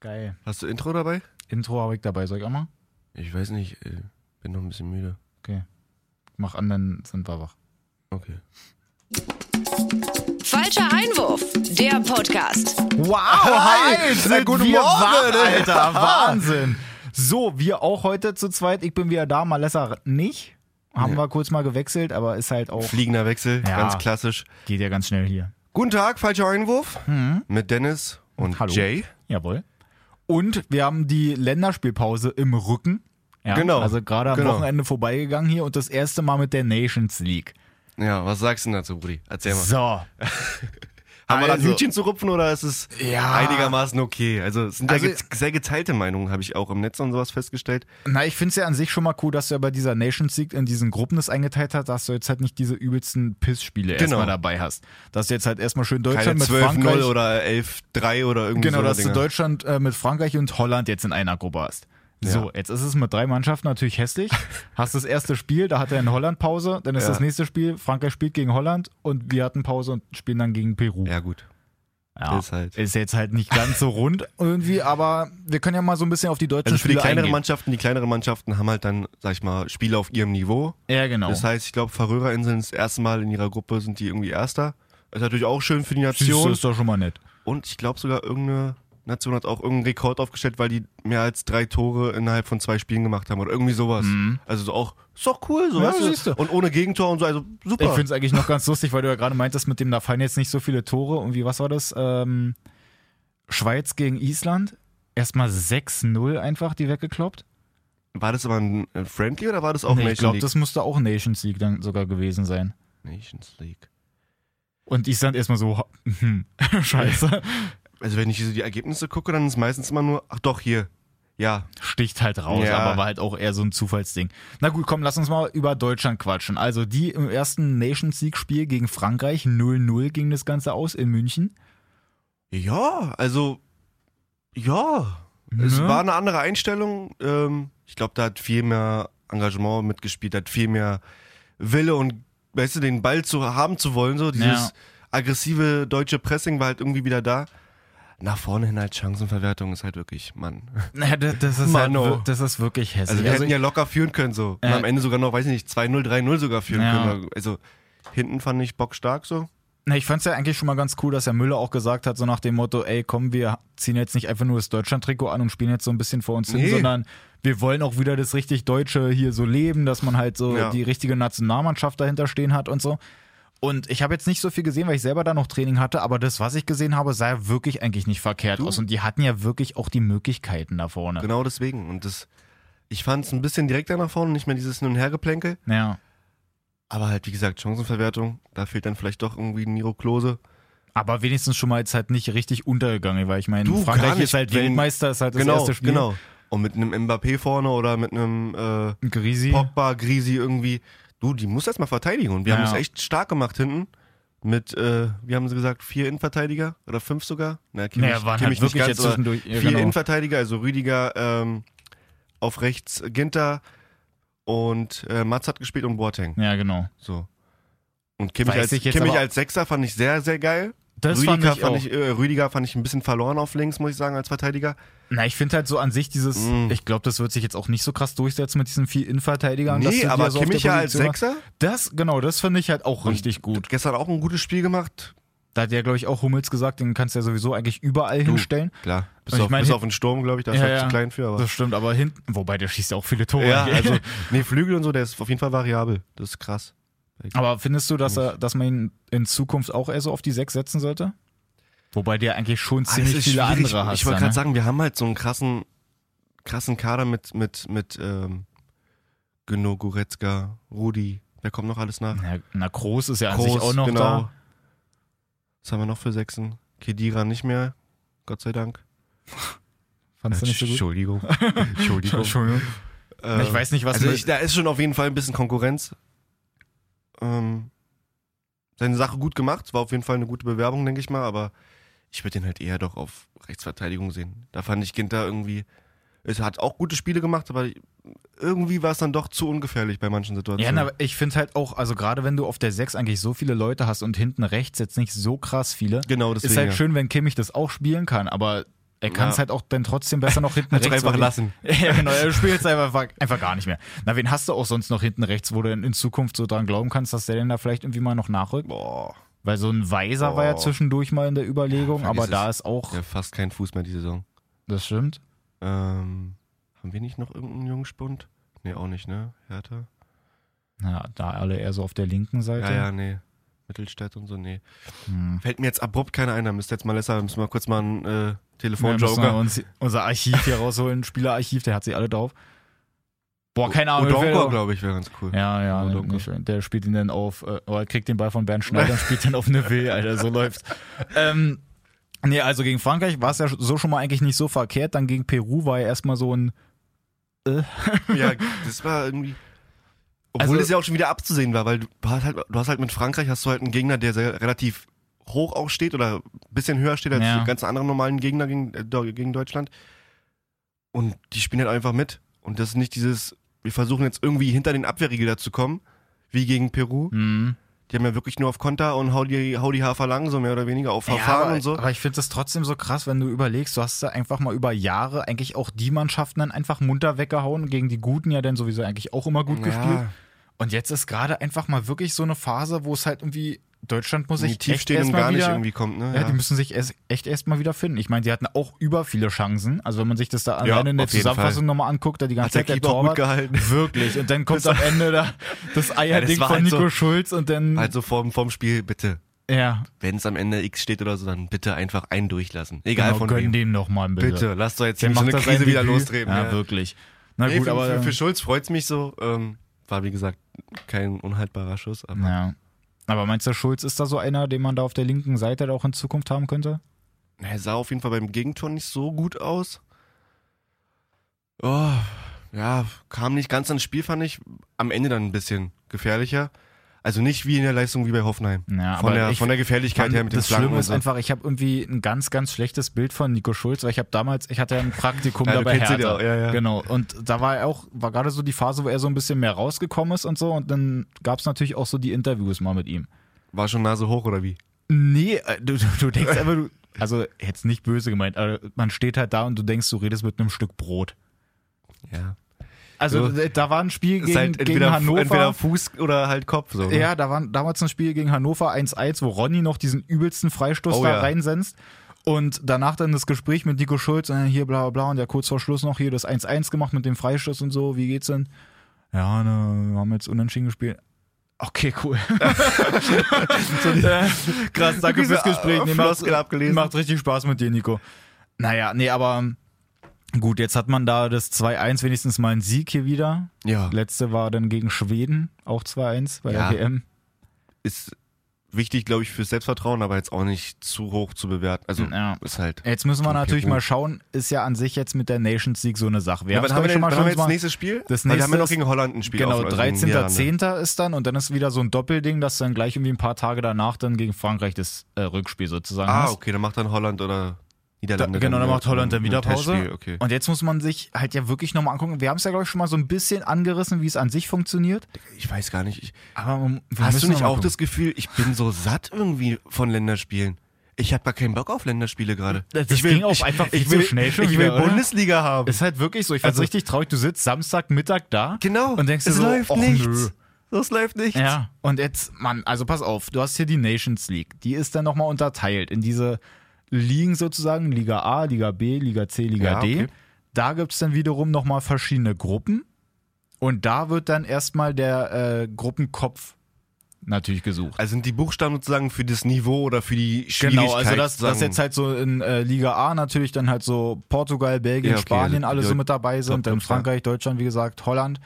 Geil. Hast du Intro dabei? Intro habe ich dabei, sag ich auch mal. Ich weiß nicht, äh, bin noch ein bisschen müde. Okay. Mach an, dann sind wir wach. Okay. Falscher Einwurf, der Podcast. Wow, hi, na, guten Oh, wir Morgen, wach, ne? Alter. Wahnsinn. So, wir auch heute zu zweit. Ich bin wieder da, Malessa nicht. Haben wir kurz mal gewechselt, aber ist halt auch. Fliegender Wechsel, Ja. ganz klassisch. Geht ja ganz schnell hier. Guten Tag, falscher Einwurf. Mit Dennis und Mhm. Hallo. Jay. Jawohl. Und wir haben die Länderspielpause im Rücken. Ja, Genau. Also gerade am Genau. Wochenende vorbeigegangen hier und das erste Mal mit der Nations League. Ja, was sagst du denn dazu, Brudi? Erzähl mal. So. Haben wir da ein also- Hütchen zu rupfen oder ist es Ja. einigermaßen okay? Also, es sind Also- ja ge sehr geteilte Meinungen, habe ich auch im Netz und sowas festgestellt. Na, ich finde es ja an sich schon mal cool, dass du ja bei dieser Nations League in diesen Gruppen das eingeteilt hast, dass du jetzt halt nicht diese übelsten Pissspiele Genau. erstmal dabei hast. Dass du jetzt halt erstmal schön Keine Deutschland mit 12-0 Frankreich. oder 11-3 oder irgendwie genau, so. dass du Dinger. Deutschland äh, mit Frankreich und Holland jetzt in einer Gruppe hast. So, jetzt ist es mit drei Mannschaften natürlich hässlich. Hast das erste Spiel, da hat er in Holland Pause, dann ist Ja. das nächste Spiel, Frankreich spielt gegen Holland und wir hatten Pause und spielen dann gegen Peru. Ja, gut. Ja, ist halt- ist jetzt halt nicht ganz so rund irgendwie, aber wir können ja mal so ein bisschen auf die deutschen Also, für die Spiele kleineren eingehen. Mannschaften, die kleineren Mannschaften haben halt dann, sag ich mal, Spiele auf ihrem Niveau. ja, genau. Das heißt, ich glaube, Färöerinseln das erste Mal in ihrer Gruppe sind die irgendwie Erster. Ist natürlich auch schön für die Siehst du, Nation. ist doch schon mal nett. Und ich glaube sogar, irgendeine Nation hat auch irgendeinen Rekord aufgestellt, weil die mehr als drei Tore innerhalb von zwei Spielen gemacht haben oder irgendwie sowas. Also so auch, ist doch cool, so Mhm. Ja, weißt siehst du? du. Und ohne Gegentor und so, also super. Ich finde es eigentlich noch ganz lustig, weil du ja gerade meintest, mit dem, da fallen jetzt nicht so viele Tore. Und wie, was war das? Ähm, Schweiz gegen Island. Erstmal 6-0 einfach, die weggekloppt. war das aber ein ein Friendly oder war das auch Nee, ich Nation glaube, League? das müsste auch Nations League dann sogar gewesen sein. Nations League. Und Island erstmal so, hm, scheiße. Also wenn ich hier so die Ergebnisse gucke, dann ist meistens immer nur, ach doch, hier. Ja, Sticht halt raus, Ja. aber war halt auch eher so ein Zufallsding. Na gut, komm, lass uns mal über Deutschland quatschen. Also die im ersten Nations League-Spiel gegen Frankreich, 0-0 ging das Ganze aus in München. Ja, also ja, es Ne? war eine andere Einstellung. Ähm, ich glaube, da hat viel mehr Engagement mitgespielt, hat viel mehr Wille und weißt du, den Ball zu haben zu wollen, so dieses Ja. aggressive deutsche Pressing war halt irgendwie wieder da. Nach vorne hin halt Chancenverwertung ist halt wirklich, Mann. Naja, das, das, ist, halt, Mano. wir- das ist wirklich hässlich. Also wir Also hätten ja locker führen können so. Und Äh. am Ende sogar noch, weiß ich nicht, 2-0, 3-0 sogar führen Ja. können. Also hinten fand ich Bock stark so. Na, ich fand's ja eigentlich schon mal ganz cool, dass Herr Müller auch gesagt hat, so nach dem Motto, ey, komm, wir ziehen jetzt nicht einfach nur das Deutschland-Trikot an und spielen jetzt so ein bisschen vor uns Nee. hin, sondern wir wollen auch wieder das richtig Deutsche hier so leben, dass man halt so Ja. die richtige Nationalmannschaft dahinter stehen hat und so. Und ich habe jetzt nicht so viel gesehen, weil ich selber da noch Training hatte, aber das, was ich gesehen habe, sah ja wirklich eigentlich nicht verkehrt aus. Und die hatten ja wirklich auch die Möglichkeiten da vorne. Genau deswegen. Und das, ich fand es ein bisschen direkter nach vorne, nicht mehr dieses Hin- und Hergeplänkel. Ja. Aber halt, wie gesagt, Chancenverwertung, da fehlt dann vielleicht doch irgendwie Niro Klose. Aber wenigstens schon mal jetzt halt nicht richtig untergegangen, weil ich meine, Du, gar Frankreich nicht, ist halt wenn- Weltmeister, ist halt das erste Spiel. genau. Und mit einem Mbappé vorne oder mit einem äh, Grisi. Pogba, Grisi irgendwie. Du, die muss erstmal verteidigen. Und wir haben Ja. es echt stark gemacht hinten. Mit, äh, wie haben sie gesagt, vier Innenverteidiger oder fünf sogar? Na, kenn Naja, ich- waren kenn halt mich nicht wirklich ganz, jetzt aber zwischendurch- ja, vier genau. Innenverteidiger, also Rüdiger ähm, auf rechts, Ginter und äh, Mats hat gespielt und Boateng. Ja, genau. So. Und Kimmich, Weiß als, ich jetzt Kimmich aber- als Sechser fand ich sehr, sehr geil. Das Rüdiger fand ich auch. äh, Rüdiger fand ich ein bisschen verloren auf links, muss ich sagen, als Verteidiger. Na, ich finde halt so an sich dieses, Mm. ich glaube, das wird sich jetzt auch nicht so krass durchsetzen mit diesen vier Innenverteidigern. dass du nee, die aber ja so auf der Kimmich ja als Position machst. Sechser Das, genau, das finde ich halt auch richtig gut. gestern auch ein gutes Spiel gemacht. Da hat ja, glaube ich, auch Hummels gesagt, den kannst du ja sowieso eigentlich überall hinstellen. Klar, bis, Und ich auf, mein, bis hin- auf den Sturm, glaube ich, da ist Ja, er ja. zu klein für. Aber. Das stimmt, aber hinten, wobei der schießt ja auch viele Tore. Ja, also, nee, Flügel und so, der ist auf jeden Fall variabel. Das ist krass. aber findest du, dass, er, dass man ihn in Zukunft auch eher so auf die Sechs setzen sollte? Wobei der eigentlich Ah, schon Also, ziemlich viele andere ne? hat. Ich wollte gerade sagen, wir haben halt so einen krassen, krassen Kader mit, mit, mit ähm, Geno Goretzka, Rudi, wer kommt noch alles nach? Na, na, Groß ist ja an sich auch noch da. genau. Was haben wir noch für Sechsen? Kedira nicht mehr, Gott sei Dank. Fandest du nicht so gut? Entschuldigung. Entschuldigung. Entschuldigung. Äh, Ich weiß nicht, was also mit- ich, da ist schon auf jeden Fall ein bisschen Konkurrenz. Ähm, seine Sache gut gemacht, war auf jeden Fall eine gute Bewerbung, denke ich mal, aber ich würde den halt eher doch auf Rechtsverteidigung sehen. Da fand ich Ginter irgendwie, es hat auch gute Spiele gemacht, aber irgendwie war es dann doch zu ungefährlich bei manchen Ja, Situationen. na, aber ich finde halt auch, also gerade wenn du auf der 6 eigentlich so viele Leute hast und hinten rechts jetzt nicht so krass viele, genau, deswegen. ist halt ja. schön, wenn Kimmich das auch spielen kann, aber Er kann es Ja. halt auch dann trotzdem besser noch hinten Hat's rechts. einfach weil- lassen. Ja, genau, er spielt es einfach, einfach gar nicht mehr. Na, wen hast du auch sonst noch hinten rechts, wo du in, in Zukunft so dran glauben kannst, dass der denn da vielleicht irgendwie mal noch nachrückt? Boah, Weil so ein Weiser war ja Boah. zwischendurch mal in der Überlegung, Oh. Ja, aber vergiss da es. ist auch, ja, fast kein Fuß mehr die Saison. das stimmt. Ähm, haben wir nicht noch irgendeinen Jungspund? Nee, auch nicht, ne? Hertha? Na, da alle eher so auf der linken Seite. Ja, ja, nee. Mittelstädt und so, nee. Hm. Fällt mir jetzt abrupt keiner ein, da müsste jetzt mal besser, müssen wir kurz mal einen äh, Wir müssen Telefonjoker. uns unser Archiv hier rausholen, Spielerarchiv, der hat sie alle drauf. Boah, keine Ahnung. Udonko, wer- glaube ich, wäre ganz cool. Ja, ja, Oder ne, dunkel. nicht schön. der spielt ihn dann auf, äh, oder kriegt den Ball von Bernd Schneider und spielt dann auf Neville, Alter, so läuft's. Ähm, nee, also gegen Frankreich war es ja so schon mal eigentlich nicht so verkehrt, dann gegen Peru war ja erstmal so ein, Ja, das war irgendwie. Obwohl Also- es ja auch schon wieder abzusehen war, weil du hast halt, du hast halt mit Frankreich hast du halt einen Gegner, der sehr, relativ hoch auch steht oder ein bisschen höher steht als Ja. die ganzen anderen normalen Gegner gegen, äh, gegen Deutschland. Und die spielen halt einfach mit. Und das ist nicht dieses, wir versuchen jetzt irgendwie hinter den Abwehrriegel da zu kommen, wie gegen Peru. hm, Die haben ja wirklich nur auf Konter und hau die, hau die Hafer lang, so mehr oder weniger, auf Verfahren aber, und so. Aber ich finde es trotzdem so krass, wenn du überlegst, du hast da einfach mal über Jahre eigentlich auch die Mannschaften dann einfach munter weggehauen, gegen die Guten ja dann sowieso eigentlich auch immer gut gespielt. Ja, Und jetzt ist gerade einfach mal wirklich so eine Phase, wo es halt irgendwie, Deutschland muss die sich echt Tiefstehung erstmal gar nicht wieder, irgendwie kommt, ne? Ja, die müssen sich erst, echt erstmal wieder finden. Ich meine, die hatten auch über viele Chancen. Also wenn man sich das da Ja, alleine in der auf jeden Zusammenfassung nochmal anguckt, da die ganze Hat der Zeit der Keeper auch Torwart. gut gehalten. Wirklich. Und dann kommt am Ende da das Eierding war von halt Nico so- Schulz und dann. Halt so vorm, vorm Spiel, bitte. ja, wenn es am Ende X steht oder so, dann bitte einfach einen durchlassen. Egal von genau, gönn wem. dem nochmal ein Bild. Bitte, lasst doch jetzt Der nicht so macht eine da sein Krise wieder Debüt. lostreten. Ja, ja. wirklich. Na Nee, gut, für, aber. äh, für, für Schulz freut's mich so. Ähm, war wie gesagt kein unhaltbarer Schuss. Aber ja. Aber meinst du, Schulz ist da so einer, den man da auf der linken Seite da auch in Zukunft haben könnte? er sah auf jeden Fall beim Gegentor nicht so gut aus. Oh, ja, kam nicht ganz ans Spiel, fand ich. Am Ende dann ein bisschen gefährlicher. Also nicht wie in der Leistung wie bei Hoffenheim. Ja, von, aber der, ich von der Gefährlichkeit Mann, her mit also den das Flanken Schlimme und ist so. einfach, ich habe irgendwie ein ganz, ganz schlechtes Bild von Nico Schulz, weil ich habe damals, ich hatte ja ein Praktikum Ja, du dabei kennst ihn Hertha. ja auch, ja, ja. Genau. Und da war er auch, war gerade so die Phase, wo er so ein bisschen mehr rausgekommen ist und so. Und dann gab es natürlich auch so die Interviews mal mit ihm. War schon Nase hoch oder wie? Nee, äh, du, du, du denkst einfach, du, also jetzt nicht böse gemeint, aber man steht halt da und du denkst, du redest mit einem Stück Brot. Ja. Also So. da war ein Spiel gegen, ist halt gegen entweder, Hannover. entweder Fuß oder halt Kopf. So, ne? Ja, da war damals ein Spiel gegen Hannover 1-1, wo Ronny noch diesen übelsten Freistoß Oh da ja. reinsenzt. Und danach dann das Gespräch mit Nico Schulz und dann hier bla bla bla und der kurz vor Schluss noch hier das 1-1 gemacht mit dem Freistoß und so. Wie geht's denn? Ja, ne, wir haben jetzt unentschieden gespielt. Okay, cool. Äh, Krass, danke Diese äh, fürs Gespräch. Nee, macht, Floskel abgelesen. macht richtig Spaß mit dir, Nico. Naja, nee, aber ähm, gut, jetzt hat man da das 2-1 wenigstens mal einen Sieg hier wieder. ja. Letzte war dann gegen Schweden, auch 2-1 bei Ja. der WM. ist wichtig, glaube ich, fürs Selbstvertrauen, aber jetzt auch nicht zu hoch zu bewerten. Also Ja. ist halt. Jetzt müssen wir Von natürlich Peru. mal schauen, ist ja an sich jetzt mit der Nations League so eine Sache. Wir Ja, haben's, wann haben glaub wir ich, denn, wann haben wir jetzt mal- nächstes Spiel? Das Weil wir nächste haben ja noch ist- gegen Holland ein Spiel. Genau, offen, also gegen Niederlande. 13.10. ist dann und dann ist wieder so ein Doppelding, dass du dann gleich irgendwie ein paar Tage danach dann gegen Frankreich das äh, Rückspiel sozusagen Ah, hast. okay, dann macht dann Holland oder Da, Niederlande. genau, dann macht Holland dann ein- wieder ein Testspiel, Pause. Okay. Und jetzt muss man sich halt ja wirklich nochmal angucken. Wir haben es ja, glaube ich, schon mal so ein bisschen angerissen, wie es an sich funktioniert. Ich weiß gar nicht. Ich, Aber man- wir hast du müssen nicht noch mal auch gucken. das Gefühl, ich bin so satt irgendwie von Länderspielen? Ich habe gar keinen Bock auf Länderspiele gerade. Das ich will, ging auch ich, einfach viel ich zu will, schnell schon Ich wieder, will oder? Bundesliga haben. Ist halt wirklich so. Ich fand's Also- richtig traurig. Du sitzt Samstagmittag da genau. und denkst es dir so, läuft "Och, nö." nichts. Es läuft nichts. Ja, und jetzt, Mann, also pass auf, du hast hier die Nations League. Die ist dann nochmal unterteilt in diese Ligen sozusagen, Liga A, Liga B, Liga C, Liga Ja, D. okay. Da gibt's dann wiederum nochmal verschiedene Gruppen. Und da wird dann erstmal der äh, Gruppenkopf natürlich gesucht. Also sind die Buchstaben sozusagen für das Niveau oder für die Schwierigkeit? Genau, also das, das sozusagen- jetzt halt so in äh, Liga A natürlich dann halt so Portugal, Belgien, Ja, okay, Spanien, also alle die so mit dabei sind, dann Top-Clubs, ja. Frankreich, Deutschland, wie gesagt, Holland.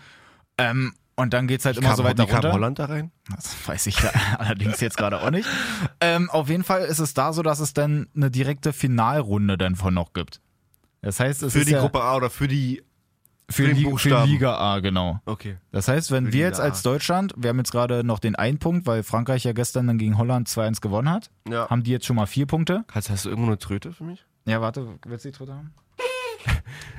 Ähm, und dann geht's halt immer kam, so weiter wie kam runter. Holland da rein? Das weiß ich ja allerdings jetzt gerade auch nicht. Ähm, auf jeden Fall ist es da so, dass es dann eine direkte Finalrunde dann von noch gibt. Das heißt, es Für ist die ja Gruppe A oder für die. für, für den Li- für Buchstaben. Liga A, genau. Okay. Das heißt, wenn Für wir Liga jetzt als A. Deutschland, wir haben jetzt gerade noch den einen Punkt, weil Frankreich ja gestern dann gegen Holland 2-1 gewonnen hat, Ja. haben die jetzt schon mal vier Punkte. Hast, hast du irgendwo eine Tröte für mich? Ja, warte, willst du die dritte haben?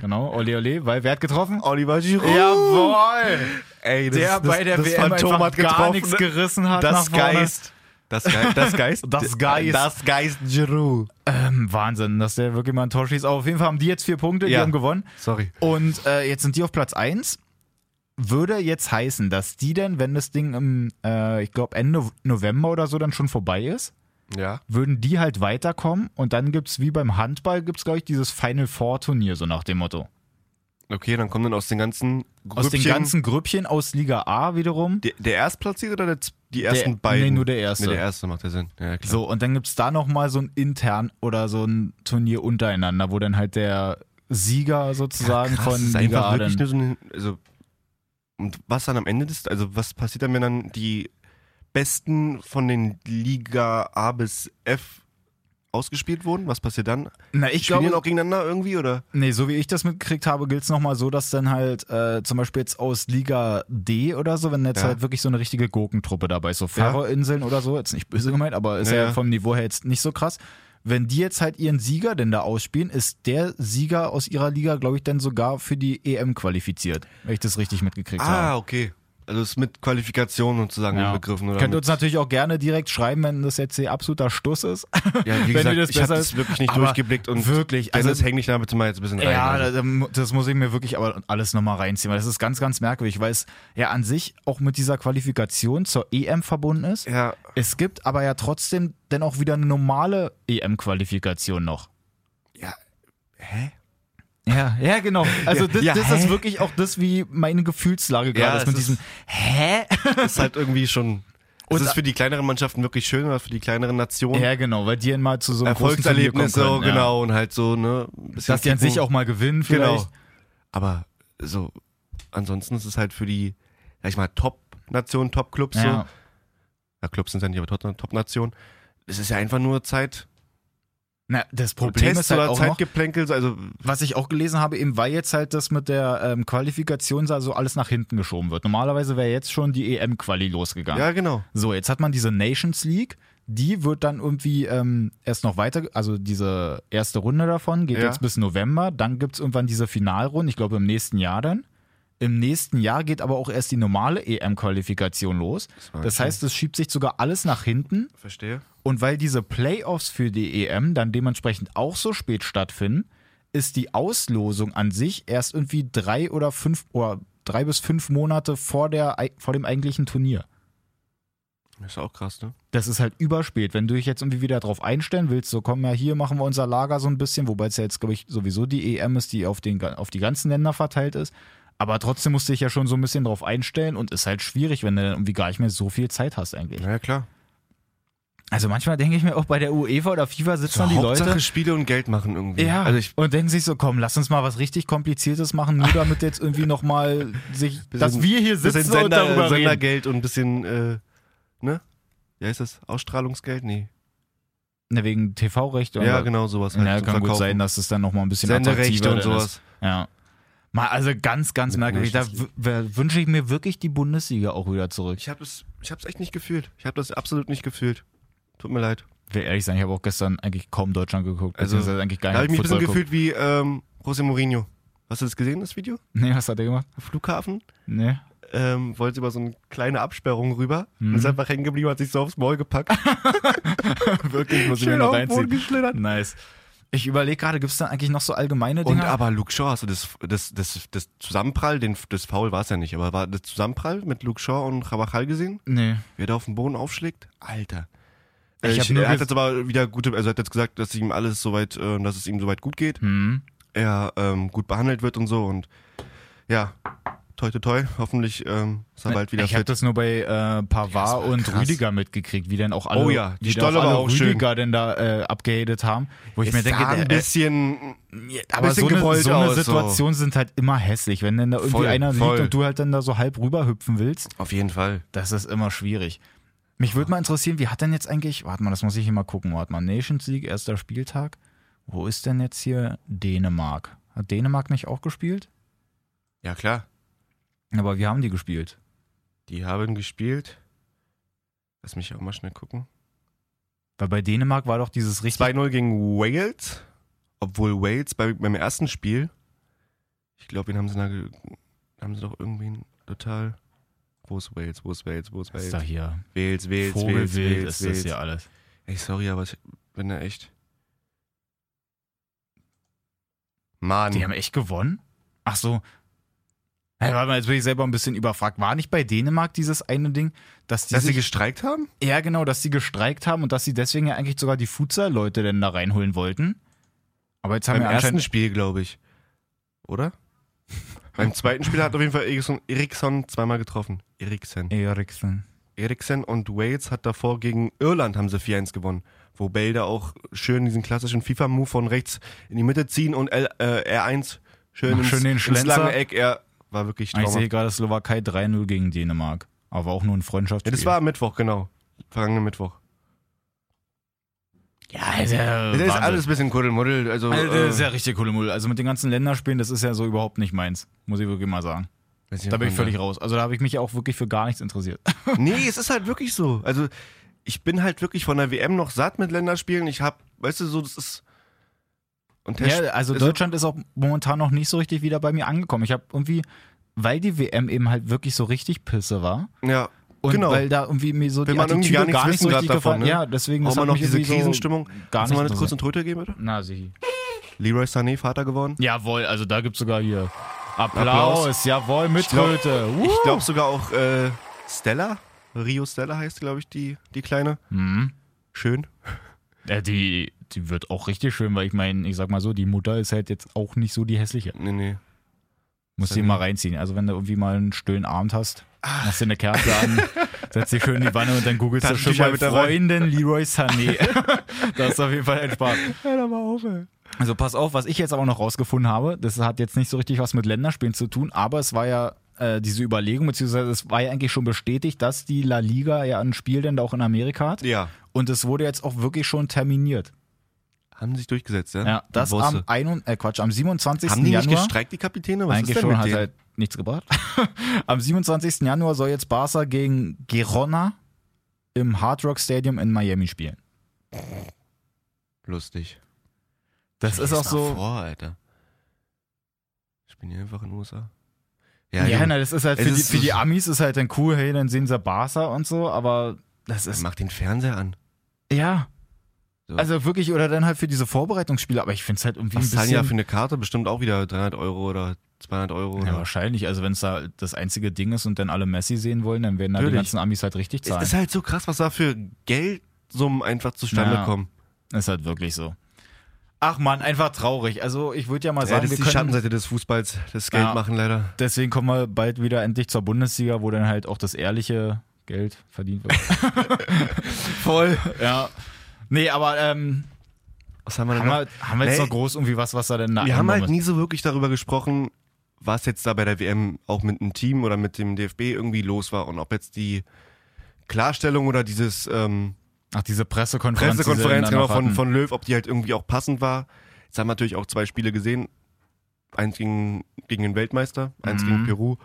genau, ole ole, weil wer hat getroffen? Oliver Giroud. Jawohl! Ey, das, Der das, bei der das WM Phantom einfach hat gar getroffen. nichts gerissen hat nach das vorne. Geist. Das, Ge das Geist. Das Geist. Das Geist Giroud. Ähm, Wahnsinn, dass der wirklich mal ein Tor schießt. Aber auf jeden Fall haben die jetzt vier Punkte, die Ja. haben gewonnen. Sorry. Und äh, jetzt sind die auf Platz 1. Würde jetzt heißen, dass die denn, wenn das Ding im, äh, ich glaube, Ende November oder so dann schon vorbei ist, Ja. würden die halt weiterkommen und dann gibt es wie beim Handball, gibt es, glaube ich, dieses Final Four Turnier, so nach dem Motto. Okay, dann kommen dann aus den ganzen Grüppchen. Aus den ganzen Grüppchen aus Liga A wiederum. Der, der Erstplatzierte oder der, z- die ersten nee, beiden? nur der Erste. Nee, der Erste macht ja Sinn. Ja, klar. So, und dann gibt es da nochmal so ein intern oder so ein Turnier untereinander, wo dann halt der Sieger sozusagen Ja, krass, von das ist Liga einfach A wirklich dann. nur so eine, also und was dann am Ende ist, also was passiert dann, wenn dann die Besten von den Liga A bis F ausgespielt wurden? Was passiert dann? Na, ich Spielen die glaube, auch gegeneinander irgendwie oder? Nee, so wie ich das mitgekriegt habe, gilt es nochmal so, dass dann halt äh, zum Beispiel jetzt aus Liga D oder so, wenn jetzt Ja. halt wirklich so eine richtige Gurkentruppe dabei ist, so Faroe-Inseln oder so, jetzt nicht böse gemeint, aber ist ja, Ja. vom Niveau her jetzt nicht so krass. Wenn die jetzt halt ihren Sieger denn da ausspielen, ist der Sieger aus ihrer Liga, glaube ich, dann sogar für die EM qualifiziert, wenn ich das richtig mitgekriegt habe. Ah, okay. Also ist mit Qualifikation sozusagen Ja. begriffen oder? Könnt ihr mit, uns natürlich auch gerne direkt schreiben, wenn das jetzt hier absoluter Stuss ist. ja, wie wenn ihr gesagt, das ich habe besser das ist, wirklich nicht aber durchgeblickt und wirklich, Dennis also- hängt mich da bitte mal jetzt ein bisschen rein. Ja, also. da- da- das muss ich mir wirklich aber alles nochmal reinziehen, weil das ist ganz, ganz merkwürdig, weil es ja an sich auch mit dieser Qualifikation zur EM verbunden ist. ja. Es gibt aber ja trotzdem dann auch wieder eine normale EM-Qualifikation noch. ja. Hä? Ja, ja, genau. Also Ja, das, ja, das ist hä? wirklich auch das, wie meine Gefühlslage gerade Ja, ist es mit ist- diesem Hä? ist halt irgendwie schon. Und- es ist für die kleineren Mannschaften wirklich schön, oder für die kleineren Nationen. ja, genau, weil die dann mal zu so einem großen Turnier kommen Erfolgserlebnisse, können, ja. genau, und halt so, ne? ein bisschen Dass die an gucken. sich auch mal gewinnen vielleicht. Genau. Aber so, ansonsten ist es halt für die, sag ich mal, Top-Nationen, Top-Clubs, so. Ja. Ja, Clubs sind ja nicht, aber trotzdem Top-Nationen. Es ist ja einfach nur Zeit, Na, das Problem Tests ist halt oder auch noch, Zeitgeplänkel, also Was ich auch gelesen habe, eben weil jetzt halt das mit der ähm, Qualifikation so also alles nach hinten geschoben wird. Normalerweise wäre jetzt schon die EM-Quali losgegangen. ja, genau. So, jetzt hat man diese Nations League. Die wird dann irgendwie ähm, erst noch weiter, also diese erste Runde davon geht Ja. jetzt bis November. Dann gibt es irgendwann diese Finalrunde, ich glaube im nächsten Jahr dann. Im nächsten Jahr geht aber auch erst die normale EM-Qualifikation los. war Das schön. heißt, es schiebt sich sogar alles nach hinten. Verstehe. Und weil diese Playoffs für die EM dann dementsprechend auch so spät stattfinden, ist die Auslosung an sich erst irgendwie drei oder fünf oder drei bis fünf Monate vor, der, vor dem eigentlichen Turnier. Ist auch krass, ne? Das ist halt überspät. Wenn du dich jetzt irgendwie wieder drauf einstellen willst, so komm ja hier, machen wir unser Lager so ein bisschen, wobei es ja jetzt, glaube ich, sowieso die EM ist, die auf, den, auf die ganzen Länder verteilt ist. Aber trotzdem musst du dich ja schon so ein bisschen drauf einstellen und ist halt schwierig, wenn du dann irgendwie gar nicht mehr so viel Zeit hast eigentlich. Ja, klar. Also manchmal denke ich mir auch bei der UEFA oder FIFA sitzen dann die Hauptsache Leute. Spiele und Geld machen irgendwie. Ja, Also ich und denken sich so, komm, lass uns mal was richtig Kompliziertes machen, nur damit jetzt irgendwie nochmal sich, dass wir hier bisschen sitzen und darüber reden. Sendergeld und ein bisschen, äh, ne? Wie heißt das? Ausstrahlungsgeld? Nee. Ne, wegen TV-Recht oder Ja, genau, sowas. Ja, zum kann gut Verkaufen. sein, dass es dann nochmal ein bisschen attraktiver Senderechte und dann sowas. Ist. Ja. Mal, also ganz, ganz Mit merkwürdig. Da Nations w- wünsche ich mir wirklich die Bundesliga auch wieder zurück. Ich habe es ich hab's echt nicht gefühlt. Ich habe das absolut nicht gefühlt. Tut mir leid. Ich will ehrlich sein, ich habe auch gestern eigentlich kaum Deutschland geguckt. Also, beziehungsweise eigentlich gar Da habe ich nicht mich ein bisschen Football gefühlt wie ähm, José Mourinho. Hast du das gesehen, das Video? geguckt. Nee, was hat er gemacht? Am Flughafen. Nee. Ähm, wollte über so eine kleine Absperrung rüber und ist einfach hängen geblieben, hat sich so aufs Maul gepackt. Wirklich, muss ich mir Schön noch auf den Boden reinziehen. geschlittert. Nice. Ich überlege gerade, gibt es da eigentlich noch so allgemeine Dinge? Und aber Luke Shaw, hast du das, das, das, das Zusammenprall, den, das Foul war es ja nicht, aber war das Zusammenprall mit Luke Shaw und Rabachal gesehen? nee. Wer da auf den Boden aufschlägt? Alter. Ich Ich hab ich, nur er hat ges- jetzt aber wieder gute, also er hat jetzt gesagt, dass ihm alles soweit, äh, dass es ihm soweit gut geht. Hm. er ähm, gut behandelt wird und so und ja, toi toi toi, hoffentlich ähm, ist er bald wieder ich habe fit. das nur bei äh, das Pavard war und krass. Rüdiger mitgekriegt, wie denn auch alle, Oh ja, die wie denn Stolle auch alle war auch schön. Rüdiger denn da äh, abgehatet haben, wo ich mir Es sah denke, ein der, äh, bisschen, aber bisschen so eine, gewollt so eine aus, so. Situation sind halt immer hässlich, wenn denn da irgendwie Voll, einer voll. liegt und du halt dann da so halb rüberhüpfen willst, auf jeden Fall. das ist immer schwierig. Mich würde mal interessieren, wie hat denn jetzt eigentlich, warte mal, das muss ich hier mal gucken, warte mal, Nations League, erster Spieltag, wo ist denn jetzt hier Dänemark? Hat Dänemark nicht auch gespielt? Ja klar, Aber wie haben die gespielt? die haben gespielt. Lass mich auch mal schnell gucken. Weil bei Dänemark war doch dieses richtig 2-0 gegen Wales, obwohl Wales bei, beim ersten Spiel, ich glaube, wen haben sie da, ge- haben sie doch irgendwen total Wo ist Wales? Wo ist Wales? Wo ist Das ist doch Wales? hier. Wales, Wales, Wales, Vogelwild Wales, ist das Wales. hier alles. Ey, sorry, aber ich bin da echt. Mann. Die haben echt gewonnen? Ach so. Hey, warte mal, jetzt bin ich selber ein bisschen überfragt. War nicht bei Dänemark dieses eine Ding, dass die Dass sie sich, gestreikt haben? ja genau, dass sie gestreikt haben und dass sie deswegen ja eigentlich sogar die Futsal-Leute denn da reinholen wollten? Aber jetzt haben Beim wir ersten anscheinend Spiel, glaube ich. Oder? Beim zweiten Spiel hat auf jeden Fall Eriksson, Eriksson zweimal getroffen. Eriksen. Eriksen. Eriksen und Wales hat davor gegen Irland haben sie 4-1 gewonnen. Wo Bale da auch schön diesen klassischen FIFA-Move von rechts in die Mitte ziehen und L, äh, R1 schön, Noch ins, schön den ins Schlenzer. Ah, lange Eck. Er war wirklich Ich traumhaft. sehe gerade Slowakei 3-0 gegen Dänemark. Aber auch nur ein Ja, Freundschaftsspiel. das war am Mittwoch, genau. Vergangenen Mittwoch. ja, also, Das ist alles ein bisschen Kuddelmuddel. Also, Alter, äh, das ist ja richtig coole Mull. Also mit den ganzen Länderspielen, das ist ja so überhaupt nicht meins. Muss ich wirklich mal sagen. äh, weiß nicht, Da bin ich ob man völlig raus. Also da habe ich mich ja auch wirklich für gar nichts interessiert. Nee, es ist halt wirklich so. Also, ich bin halt wirklich von der WM noch satt mit Länderspielen. Ich hab, weißt du, so, das ist. Und Ja, Test- also es- Deutschland ist auch momentan noch nicht so richtig wieder bei mir angekommen. Ich habe irgendwie, weil die WM eben halt wirklich so richtig Pisse war Ja, und genau. weil da irgendwie mir so Will die man irgendwie Attitüde gar nichts so wissen grad richtig davon, gefallen. ne? Ja, deswegen Auch das mal hat noch mich diese irgendwie Krisenstimmung. So gar Kannst nicht du mal jetzt kurz interessiert. einen Tröte geben, bitte? Na, sicher. Leroy Sané, Vater geworden. Jawohl, also da gibt's sogar hier Applaus, Applaus. jawohl, mit Ich glaub- Tröte. Wuhu. Ich glaube sogar auch äh, Stella. Rio Stella heißt, glaube ich, die, die Kleine. Mhm. Schön. Ja, die, die wird auch richtig schön, weil ich meine, ich sag mal so, die Mutter ist halt jetzt auch nicht so die hässliche. Nee, nee. Muss die Mhm. mal reinziehen. Also wenn du irgendwie mal einen stillen Abend hast, Ah. machst dir eine Kerze an, setzt dich schön in die Wanne und dann googelst du schon Taschentücher mal mit dabei. Freundin Leroy Sané. das ist auf jeden Fall ein Spaß. Hör doch mal auf, ey. Also pass auf, was ich jetzt aber noch rausgefunden habe, das hat jetzt nicht so richtig was mit Länderspielen zu tun, aber es war ja äh, diese Überlegung, beziehungsweise es war ja eigentlich schon bestätigt, dass die La Liga ja ein Spiel denn da auch in Amerika hat. Ja. Und es wurde jetzt auch wirklich schon terminiert. Haben sich durchgesetzt, ja? Ja, das Bosse. am, ein, äh, Quatsch, am 27. Haben die Januar. nicht gestreikt, die Kapitäne? Was eigentlich ist denn schon, mit hat denen? halt nichts gebracht. am 27. Januar soll jetzt Barca gegen Girona im Hard Rock Stadium in Miami spielen. Lustig. Das ist Stell auch dir's mal so. Vor, Alter. Ich bin hier einfach in den USA. Ja, Junge, na, das ist halt Es für, die, ist für die so- Amis ist halt dann cool, hey, dann sehen sie Barca und so, aber das ist. mach den Fernseher an. Ja. So. Also wirklich, oder dann halt für diese Vorbereitungsspiele, aber ich finde es halt irgendwie Was ein zahlen die bisschen. da für eine Karte? Bestimmt auch wieder 300 Euro oder 200 Euro. ja, Oder? wahrscheinlich. Also, wenn es da das einzige Ding ist und dann alle Messi sehen wollen, dann werden da die Natürlich. ganzen Amis halt richtig Es zahlen. ist halt so krass, was da für Geldsummen einfach zustande Ja. kommen. Ist halt wirklich so. Ach man, einfach traurig. Also ich würde ja mal Ja, sagen, das ist die wir können, Schattenseite des Fußballs, das Geld Ja. machen leider. deswegen kommen wir bald wieder endlich zur Bundesliga, wo dann halt auch das ehrliche Geld verdient wird. Voll. ja. Nee, aber ähm, Was haben wir denn haben, noch? wir, haben wir jetzt Nee. noch groß irgendwie was, was da denn da Wir haben halt angenommen nie so wirklich darüber gesprochen, was jetzt da bei der WM auch mit dem Team oder mit dem DFB irgendwie los war und ob jetzt die Klarstellung oder dieses ähm, ist? Ach, diese Pressekonferenz. die sie Pressekonferenz dann noch genau, von, hatten. von Löw, ob die halt irgendwie auch passend war. Jetzt haben wir natürlich auch zwei Spiele gesehen. Eins gegen, gegen den Weltmeister, eins Mhm. gegen Peru.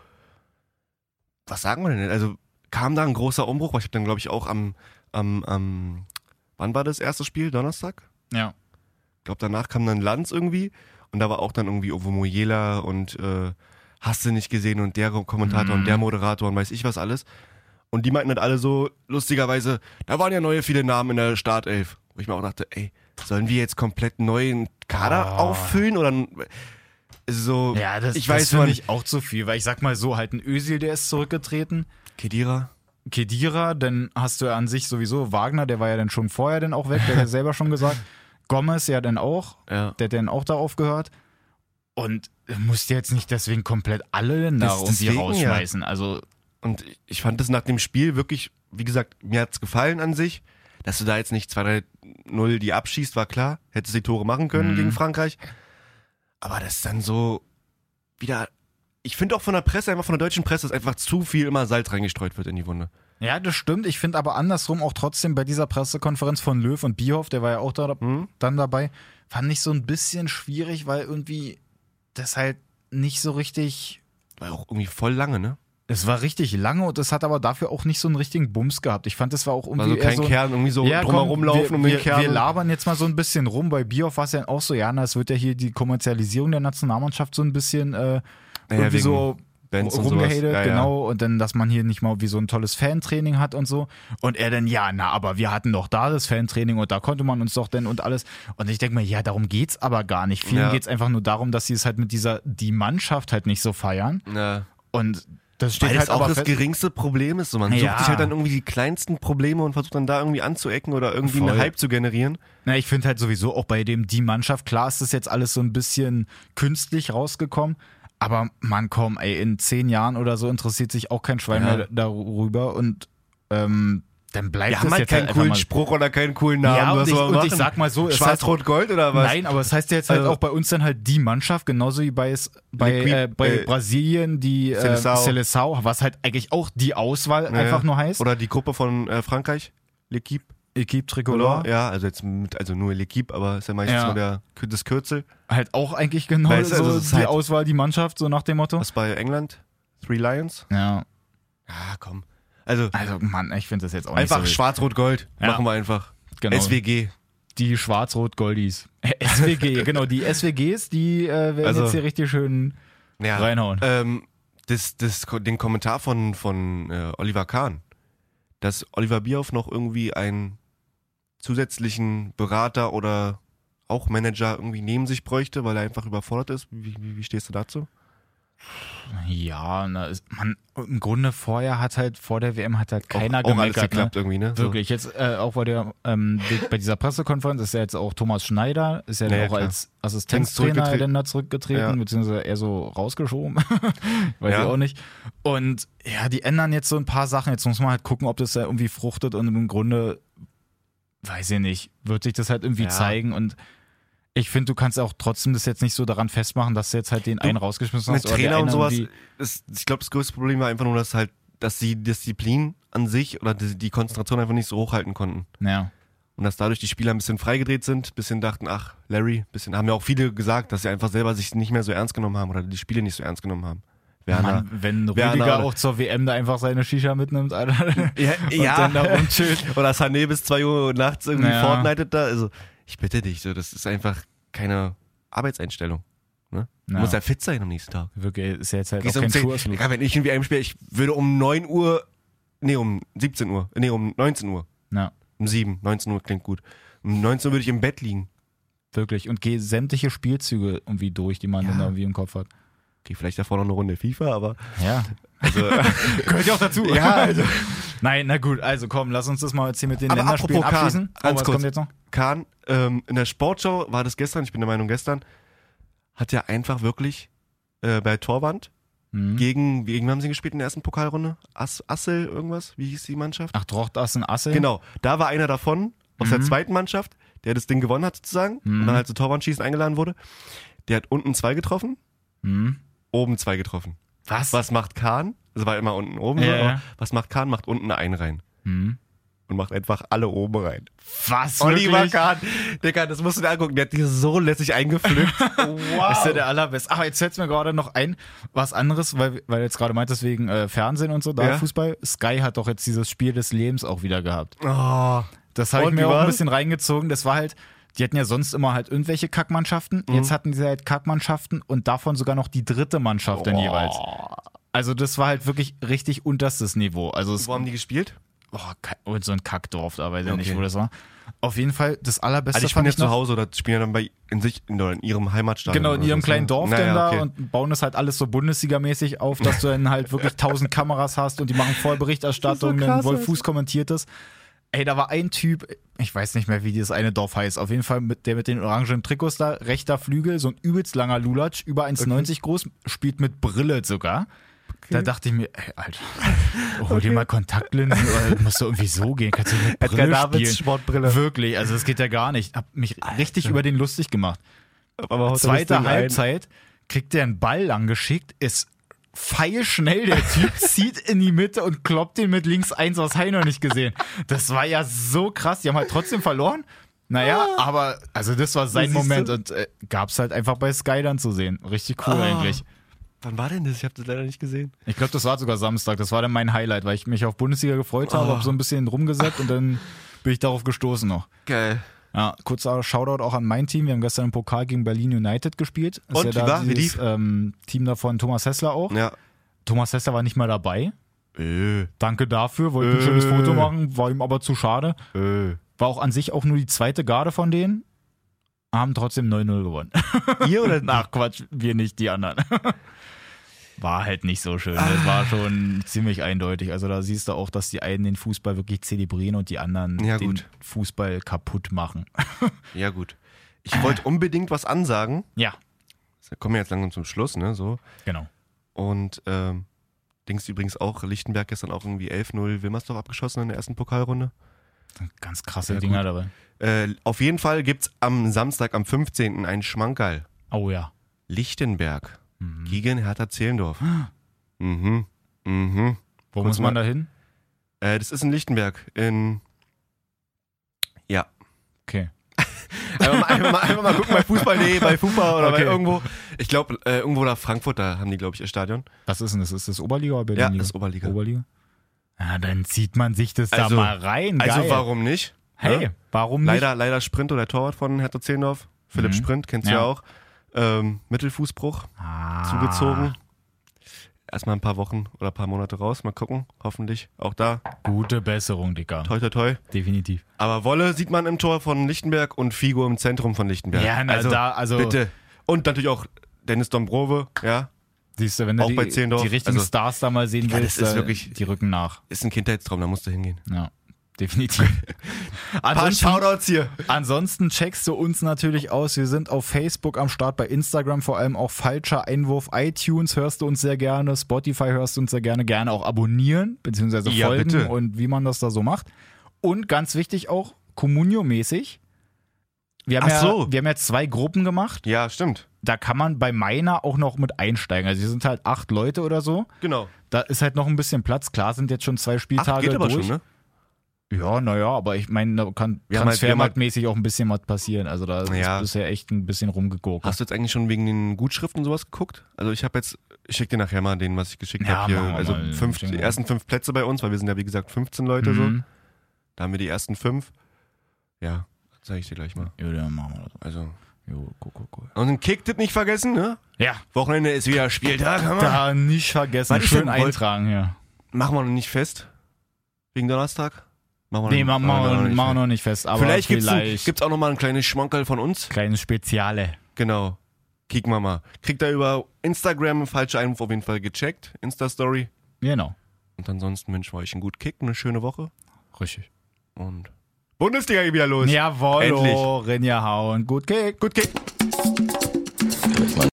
Was sagen wir denn? jetzt? Also kam da ein großer Umbruch, weil ich habe dann, glaube ich, auch am, am, am, wann war das erste Spiel? Donnerstag? Ja. Ich glaube, danach kam dann Lanz irgendwie und da war auch dann irgendwie Ovomoyela und äh, hast du nicht gesehen und der Kommentator und der Mhm. Moderator und weiß ich was alles. Und die meinten halt alle so, lustigerweise, da waren ja neue viele Namen in der Startelf. Wo ich mir auch dachte, ey, sollen wir jetzt komplett neuen Kader Oh. auffüllen oder so? Ja, das, ich das weiß man finde ich auch zu viel, weil ich sag mal so, halt ein Özil, der ist zurückgetreten. Kedira. Kedira, dann hast du ja an sich sowieso Wagner, der war ja dann schon vorher dann auch weg, der hat ja selber schon gesagt. Gomez ja dann auch, Ja. der hat dann auch da aufgehört. Und musst jetzt nicht deswegen komplett alle denn da Das- irgendwie deswegen, rausschmeißen. Also, Und ich fand das nach dem Spiel wirklich, wie gesagt, mir hat's gefallen an sich. Dass du da jetzt nicht 2-3-0 die abschießt, war klar. Hättest die Tore machen können Mhm. gegen Frankreich. Aber das ist dann so wieder. Ich finde auch von der Presse, einfach von der deutschen Presse, dass einfach zu viel immer Salz reingestreut wird in die Wunde. ja, das stimmt. Ich finde aber andersrum auch trotzdem bei dieser Pressekonferenz von Löw und Bierhoff, der war ja auch da, Hm? dann dabei, fand ich so ein bisschen schwierig, weil irgendwie das halt nicht so richtig War auch irgendwie voll lange, ne? Es war richtig lange und es hat aber dafür auch nicht so einen richtigen Bums gehabt. Ich fand, es war auch War irgendwie so eher kein so ein- Kern, irgendwie so Ja, komm, drumherum laufen wir, um den wir, Kern. wir labern jetzt mal so ein bisschen rum. Bei Bioff war es ja auch so, ja, na, es wird ja hier die Kommerzialisierung der Nationalmannschaft so ein bisschen äh, Naja, irgendwie wegen so Bands und sowas. rumgehatet, Ja, ja. genau. Und dann, dass man hier nicht mal wie so ein tolles Fantraining hat und so. Und er dann, ja, na, aber wir hatten doch da das Fantraining und da konnte man uns doch denn und alles. Und ich denke mir, ja, darum geht's aber gar nicht. Vielen Ja. geht's einfach nur darum, dass sie es halt mit dieser, die Mannschaft halt nicht so feiern. Ja. Und das steht Weil das halt auch aber das fest- geringste Problem ist. So. Man Ja. sucht sich halt dann irgendwie die kleinsten Probleme und versucht dann da irgendwie anzuecken oder irgendwie Voll. einen Hype zu generieren. Na, ich finde halt sowieso auch bei dem die Mannschaft, klar ist das jetzt alles so ein bisschen künstlich rausgekommen, aber man komm, ey, in zehn Jahren oder so interessiert sich auch kein Schwein Ja. mehr darüber und ähm, dann bleibt Wir es haben halt jetzt keinen halt einfach coolen mal- Spruch oder keinen coolen Namen. Ja, und was ich- soll man und ich machen? sag mal so, es heißt- Schwarz-Rot-Gold oder was? Nein, aber es heißt ja jetzt halt Also- auch bei uns dann halt die Mannschaft, genauso wie bei, es- bei, Liquid, äh, bei äh, Brasilien die äh, Seleção. Seleção, was halt eigentlich auch die Auswahl Ja, einfach ja. nur heißt. Oder die Gruppe von äh, Frankreich, L'Equipe Equipe Color. Tricolore. Ja, also jetzt mit, also nur L'Equipe, aber ist ja meistens Ja. nur der, das Kürzel. Halt auch eigentlich genau Weißt du, so also es ist die halt- Auswahl, die Mannschaft, so nach dem Motto. Was bei England? Three Lions? Ja, Ah, komm. Also, also Mann, ich finde das jetzt auch einfach nicht so wild. Schwarz-Rot-Gold. Ja. Machen wir einfach. Genau. SWG. Die Schwarz-Rot-Goldis. SWG, genau, die SWGs, die äh, werden Also- jetzt hier richtig schön. Ja. Reinhauen. Ähm, das, das, den Kommentar von, von äh, Oliver Kahn, dass Oliver Bierhoff noch irgendwie einen zusätzlichen Berater oder auch Manager irgendwie neben sich bräuchte, weil er einfach überfordert ist. Wie, wie, wie stehst du dazu? Ja, na, ist, man, im Grunde vorher hat halt, vor der WM hat halt keiner auch, auch alles gemeckert. ne? geklappt irgendwie, ne? Wirklich, jetzt äh, auch bei, der, ähm, die- bei dieser Pressekonferrenz ist ja jetzt auch Thomas Schneider, ist ja Naja, auch klar. als Längst Assistenztrainer zurückgetreten. denn da zurückgetreten, Ja. beziehungsweise eher so rausgeschoben, weiß Ja. ich auch nicht. Und ja, die ändern jetzt so ein paar Sachen, jetzt muss man halt gucken, ob das da irgendwie fruchtet und im Grunde, weiß ich nicht, wird sich das halt irgendwie Ja. zeigen und ich finde, du kannst auch trotzdem das jetzt nicht so daran festmachen, dass du jetzt halt den einen rausgeschmissen Mit hast. oder der Trainer und eine sowas. irgendwie- Ist, ich glaube, das größte Problem war einfach nur, dass halt, dass die Disziplin an sich oder die, die Konzentration einfach nicht so hochhalten konnten. Ja, Und dass dadurch die Spieler ein bisschen freigedreht sind, ein bisschen dachten, ach, Larry, ein bisschen, haben ja auch viele gesagt, dass sie einfach selber sich nicht mehr so ernst genommen haben oder die Spiele nicht so ernst genommen haben. Werner. Mann, wenn Werner, Rüdiger oder- auch zur WM da einfach seine Shisha mitnimmt, Alter. Ja, dann da rumchillt. oder Sané bis 2 Uhr nachts irgendwie Ja. Fortnite da. Also, ich bitte dich, so, das ist einfach keine Arbeitseinstellung. Ne? Du Ja. musst ja fit sein am nächsten Tag. Wirklich, ist ja jetzt halt Gehst auch um kein 10, Tourslog. Digga, wenn ich in WM spiele, ich würde um 9 Uhr, nee, um 17 Uhr, nee, um 19 Uhr, Ja, um 7, 19 Uhr klingt gut. Um 19 Uhr würde ich im Bett liegen. wirklich. Und geh sämtliche Spielzüge irgendwie durch, die man Ja. dann da irgendwie im Kopf hat. Okay, vielleicht davor noch eine Runde FIFA, aber. Ja. Also, Gehört ja auch dazu. Ja, also. Nein, na gut, also komm, lass uns das mal jetzt hier mit den Aber Länderspielen apropos Kahn, abschließen. Oh, ganz was kurz. kommt jetzt noch? Kahn, ähm, in der Sportschau war das gestern, ich bin der Meinung gestern, hat ja einfach wirklich äh, bei Torwand Mhm. gegen, gegen wen haben sie gespielt in der ersten Pokalrunde? As, Assel irgendwas? Wie hieß die Mannschaft? Ach, Trochtassen, Asse. Genau, da war einer davon aus der Äh. Mhm. zweiten Mannschaft, der das Ding gewonnen hat sozusagen Mhm. und dann halt zu Torwandschießen eingeladen wurde. Der hat unten zwei getroffen, Mhm. oben zwei getroffen. Was? Was macht Kahn? Das war immer unten oben. Ja, so, aber ja. Was macht Kahn? Macht unten einen rein. Mhm. Und macht einfach alle oben rein. Was? Oliver wirklich? Kahn, Digga, das musst du dir angucken. Der hat die so lässig eingepflückt. wow. Ist ja der allerbeste. Ach, jetzt fällt mir gerade noch ein, was anderes, weil, weil du jetzt gerade meintest, wegen äh, Fernsehen und so, da Ja. Fußball. Sky hat doch jetzt dieses Spiel des Lebens auch wieder gehabt. Oh. Das habe ich Und, wie mir auch war ein das? bisschen reingezogen. Das war halt, die hatten ja sonst immer halt irgendwelche Kackmannschaften. Mhm. Jetzt hatten sie halt Kackmannschaften und davon sogar noch die dritte Mannschaft dann jeweils. Also das war halt wirklich richtig unterstes Niveau. Also es Wo haben Ah, die gespielt? boah, ke- und so ein Kackdorf da, weiß ich nicht, Okay. wo das war. Auf jeden Fall das allerbeste Also ich bin fand ja ich noch, zu Hause oder spielen ja dann bei in sich in, in ihrem Heimatstadion. Genau, in oder ihrem so, kleinen ne? Dorf Naja, denn da okay. und bauen es halt alles so Bundesliga-mäßig auf, dass du dann halt wirklich tausend Kameras hast und die machen Vollberichterstattung, Das ist so dann krass, Wolf Fuß kommentiert es. Ey, da war ein Typ, ich weiß nicht mehr, wie dieses eine Dorf heißt, auf jeden Fall mit, der mit den orangen Trikots da, rechter Flügel, so ein übelst langer Lulatsch, über 1,90 groß, spielt mit Brille sogar. Da dachte ich mir, ey, Alter, hol dir mal Kontaktlinsen, oder musst du irgendwie so gehen, kannst du mit Edgar Brille Davids spielen. Sportbrille. Wirklich, also das geht ja gar nicht. Hab mich richtig über den lustig gemacht. Aber haut er das Zweite Ding ein. Halbzeit kriegt er einen Ball angeschickt, ist feilschnell der Typ, zieht in die Mitte und kloppt den mit links eins aus Hai noch nicht gesehen. Das war ja so krass. Die haben halt trotzdem verloren. Naja, aber also das war sein Ah. Siehst du? Moment und äh, gab's halt einfach bei Sky dann zu sehen. Richtig cool Ah. eigentlich. Wann war denn das? Ich habe das leider nicht gesehen. Ich glaube, das war sogar Samstag. Das war dann mein Highlight, weil ich mich auf Bundesliga gefreut habe, Ah. hab so ein bisschen rumgesetzt und dann bin ich darauf gestoßen noch. Geil. Ja, kurzer Shoutout auch an mein Team. Wir haben gestern im Pokal gegen Berlin United gespielt. Ist Und, ja wie war? Wie dieses, lief? Ne. ähm, Team da von Thomas Hessler auch. Ja. Thomas Hester war nicht mal dabei. Äh, Danke dafür, wollte ein schönes Äh. Foto machen, war ihm aber zu schade. äh. War auch an sich auch nur die zweite Garde von denen. Haben trotzdem 9-0 gewonnen. Ihr oder Ach Quatsch, wir nicht, die anderen. War halt nicht so schön. Das Ah. war schon ziemlich eindeutig. Also da siehst du auch, dass die einen den Fußball wirklich zelebrieren und die anderen Ja, den gut. Fußball kaputt machen. Ja, gut. Ich wollte unbedingt was ansagen. Ja, Wir kommen jetzt langsam zum Schluss, ne? So. genau. Und ähm, Dings übrigens auch, Lichtenberg gestern auch irgendwie 11-0 Wilmersdorf abgeschossen in der ersten Pokalrunde. Ganz krasse Ja, Dinger dabei. Äh, auf jeden Fall gibt's am Samstag, am 15. einen Schmankerl. Oh ja. Lichtenberg Mhm. gegen Hertha Zehlendorf. Mhm. Mhm. Wo Kurz muss man mal- da hin? Äh, das ist in Lichtenberg. In. Ja. Okay. Einfach mal, einfach mal, einfach mal gucken bei Fußball.de, bei Fußball oder Okay. bei irgendwo. Ich glaube, äh, irgendwo da Frankfurt, da haben die, glaube ich, ihr Stadion. Was ist denn das? Ist das Oberliga oder Ja, Berlin? das ist Oberliga. Oberliga. Ja, dann zieht man sich das Also- da mal rein. Also Geil. warum nicht? Hey, Ne? warum nicht? Leider, leider Sprint oder Torwart von Hertha Zehlendorf. Philipp Mhm. Sprint, kennst du Ja. ja auch. Ähm, Mittelfußbruch, Ah. zugezogen. Erstmal ein paar Wochen oder ein paar Monate raus, mal gucken. Hoffentlich auch da. Gute Besserung, Dicker. Toi, toi, toi. Definitiv. Aber Wolle sieht man im Tor von Lichtenberg und Figo im Zentrum von Lichtenberg. Ja, na, da- also- Bitte. Und natürlich auch Dennis Dombrove, ja. Siehst du, wenn du Auch die, bei Zehlendorf, die richtigen also- Stars da mal sehen Ja, das willst, ist da- wirklich- die rücken nach. Ist ein Kindheitstraum, da musst du hingehen. Ja, definitiv. Paar ansonsten, Shoutouts hier. ansonsten checkst du uns natürlich aus. Wir sind auf Facebook am Start, bei Instagram vor allem auch falscher Einwurf. iTunes hörst du uns sehr gerne, Spotify hörst du uns sehr gerne. Gerne auch abonnieren, beziehungsweise Ja, folgen bitte. und wie man das da so macht. Und ganz wichtig auch, Communio-mäßig. Wir haben, ja, Ach so. wir haben ja zwei Gruppen gemacht. Ja, stimmt. Da kann man bei meiner auch noch mit einsteigen. Also, wir sind halt acht Leute oder so. Genau. Da ist halt noch ein bisschen Platz. Klar sind jetzt schon zwei Acht Spieltage geht aber durch. schon, ne? Ja, naja, aber ich meine, da kann Wir haben halt- wir haben halt- transfermarktmäßig auch ein bisschen was passieren. Also da ist Ja. bisher echt ein bisschen rumgeguckt. Hast du jetzt eigentlich schon wegen den Gutschriften sowas geguckt? Also ich habe jetzt, ich schicke dir nachher mal den, was ich geschickt Ja, habe hier. machen wir Also mal. fünf, Schicken die wir. ersten fünf Plätze bei uns, weil wir sind ja wie gesagt 15 Leute so. Mhm. Da haben wir die ersten fünf. Ja, zeige ich dir gleich mal. Ja, dann machen wir das. Also. Jo, cool, cool, cool. Und den Kicktipp nicht vergessen, ne? Ja, Wochenende ist wieder Spieltag, haben wir. da nicht vergessen. Ah. Was ist Schön denn Wolf- eintragen hier. Machen wir noch nicht fest. Wegen Donnerstag? Machen Nee, noch- machen wir noch machen wir nicht noch nicht fest. Aber fest. oh, Vielleicht, vielleicht, gibt's Ein, gibt's auch noch mal ein kleines Schmankerl von uns. kleines Speziale. Genau. Kicken wir mal. Kriegt er über Instagram falsche Einwurf auf jeden Fall gecheckt. Insta-Story. Genau. Und ansonsten wünsche ich euch einen guten Kick, eine schöne Woche Richtig. und Bundesliga geht wieder los. Jawohl, Endlich. Renja Hauen. Gut Kick. Gut Kick.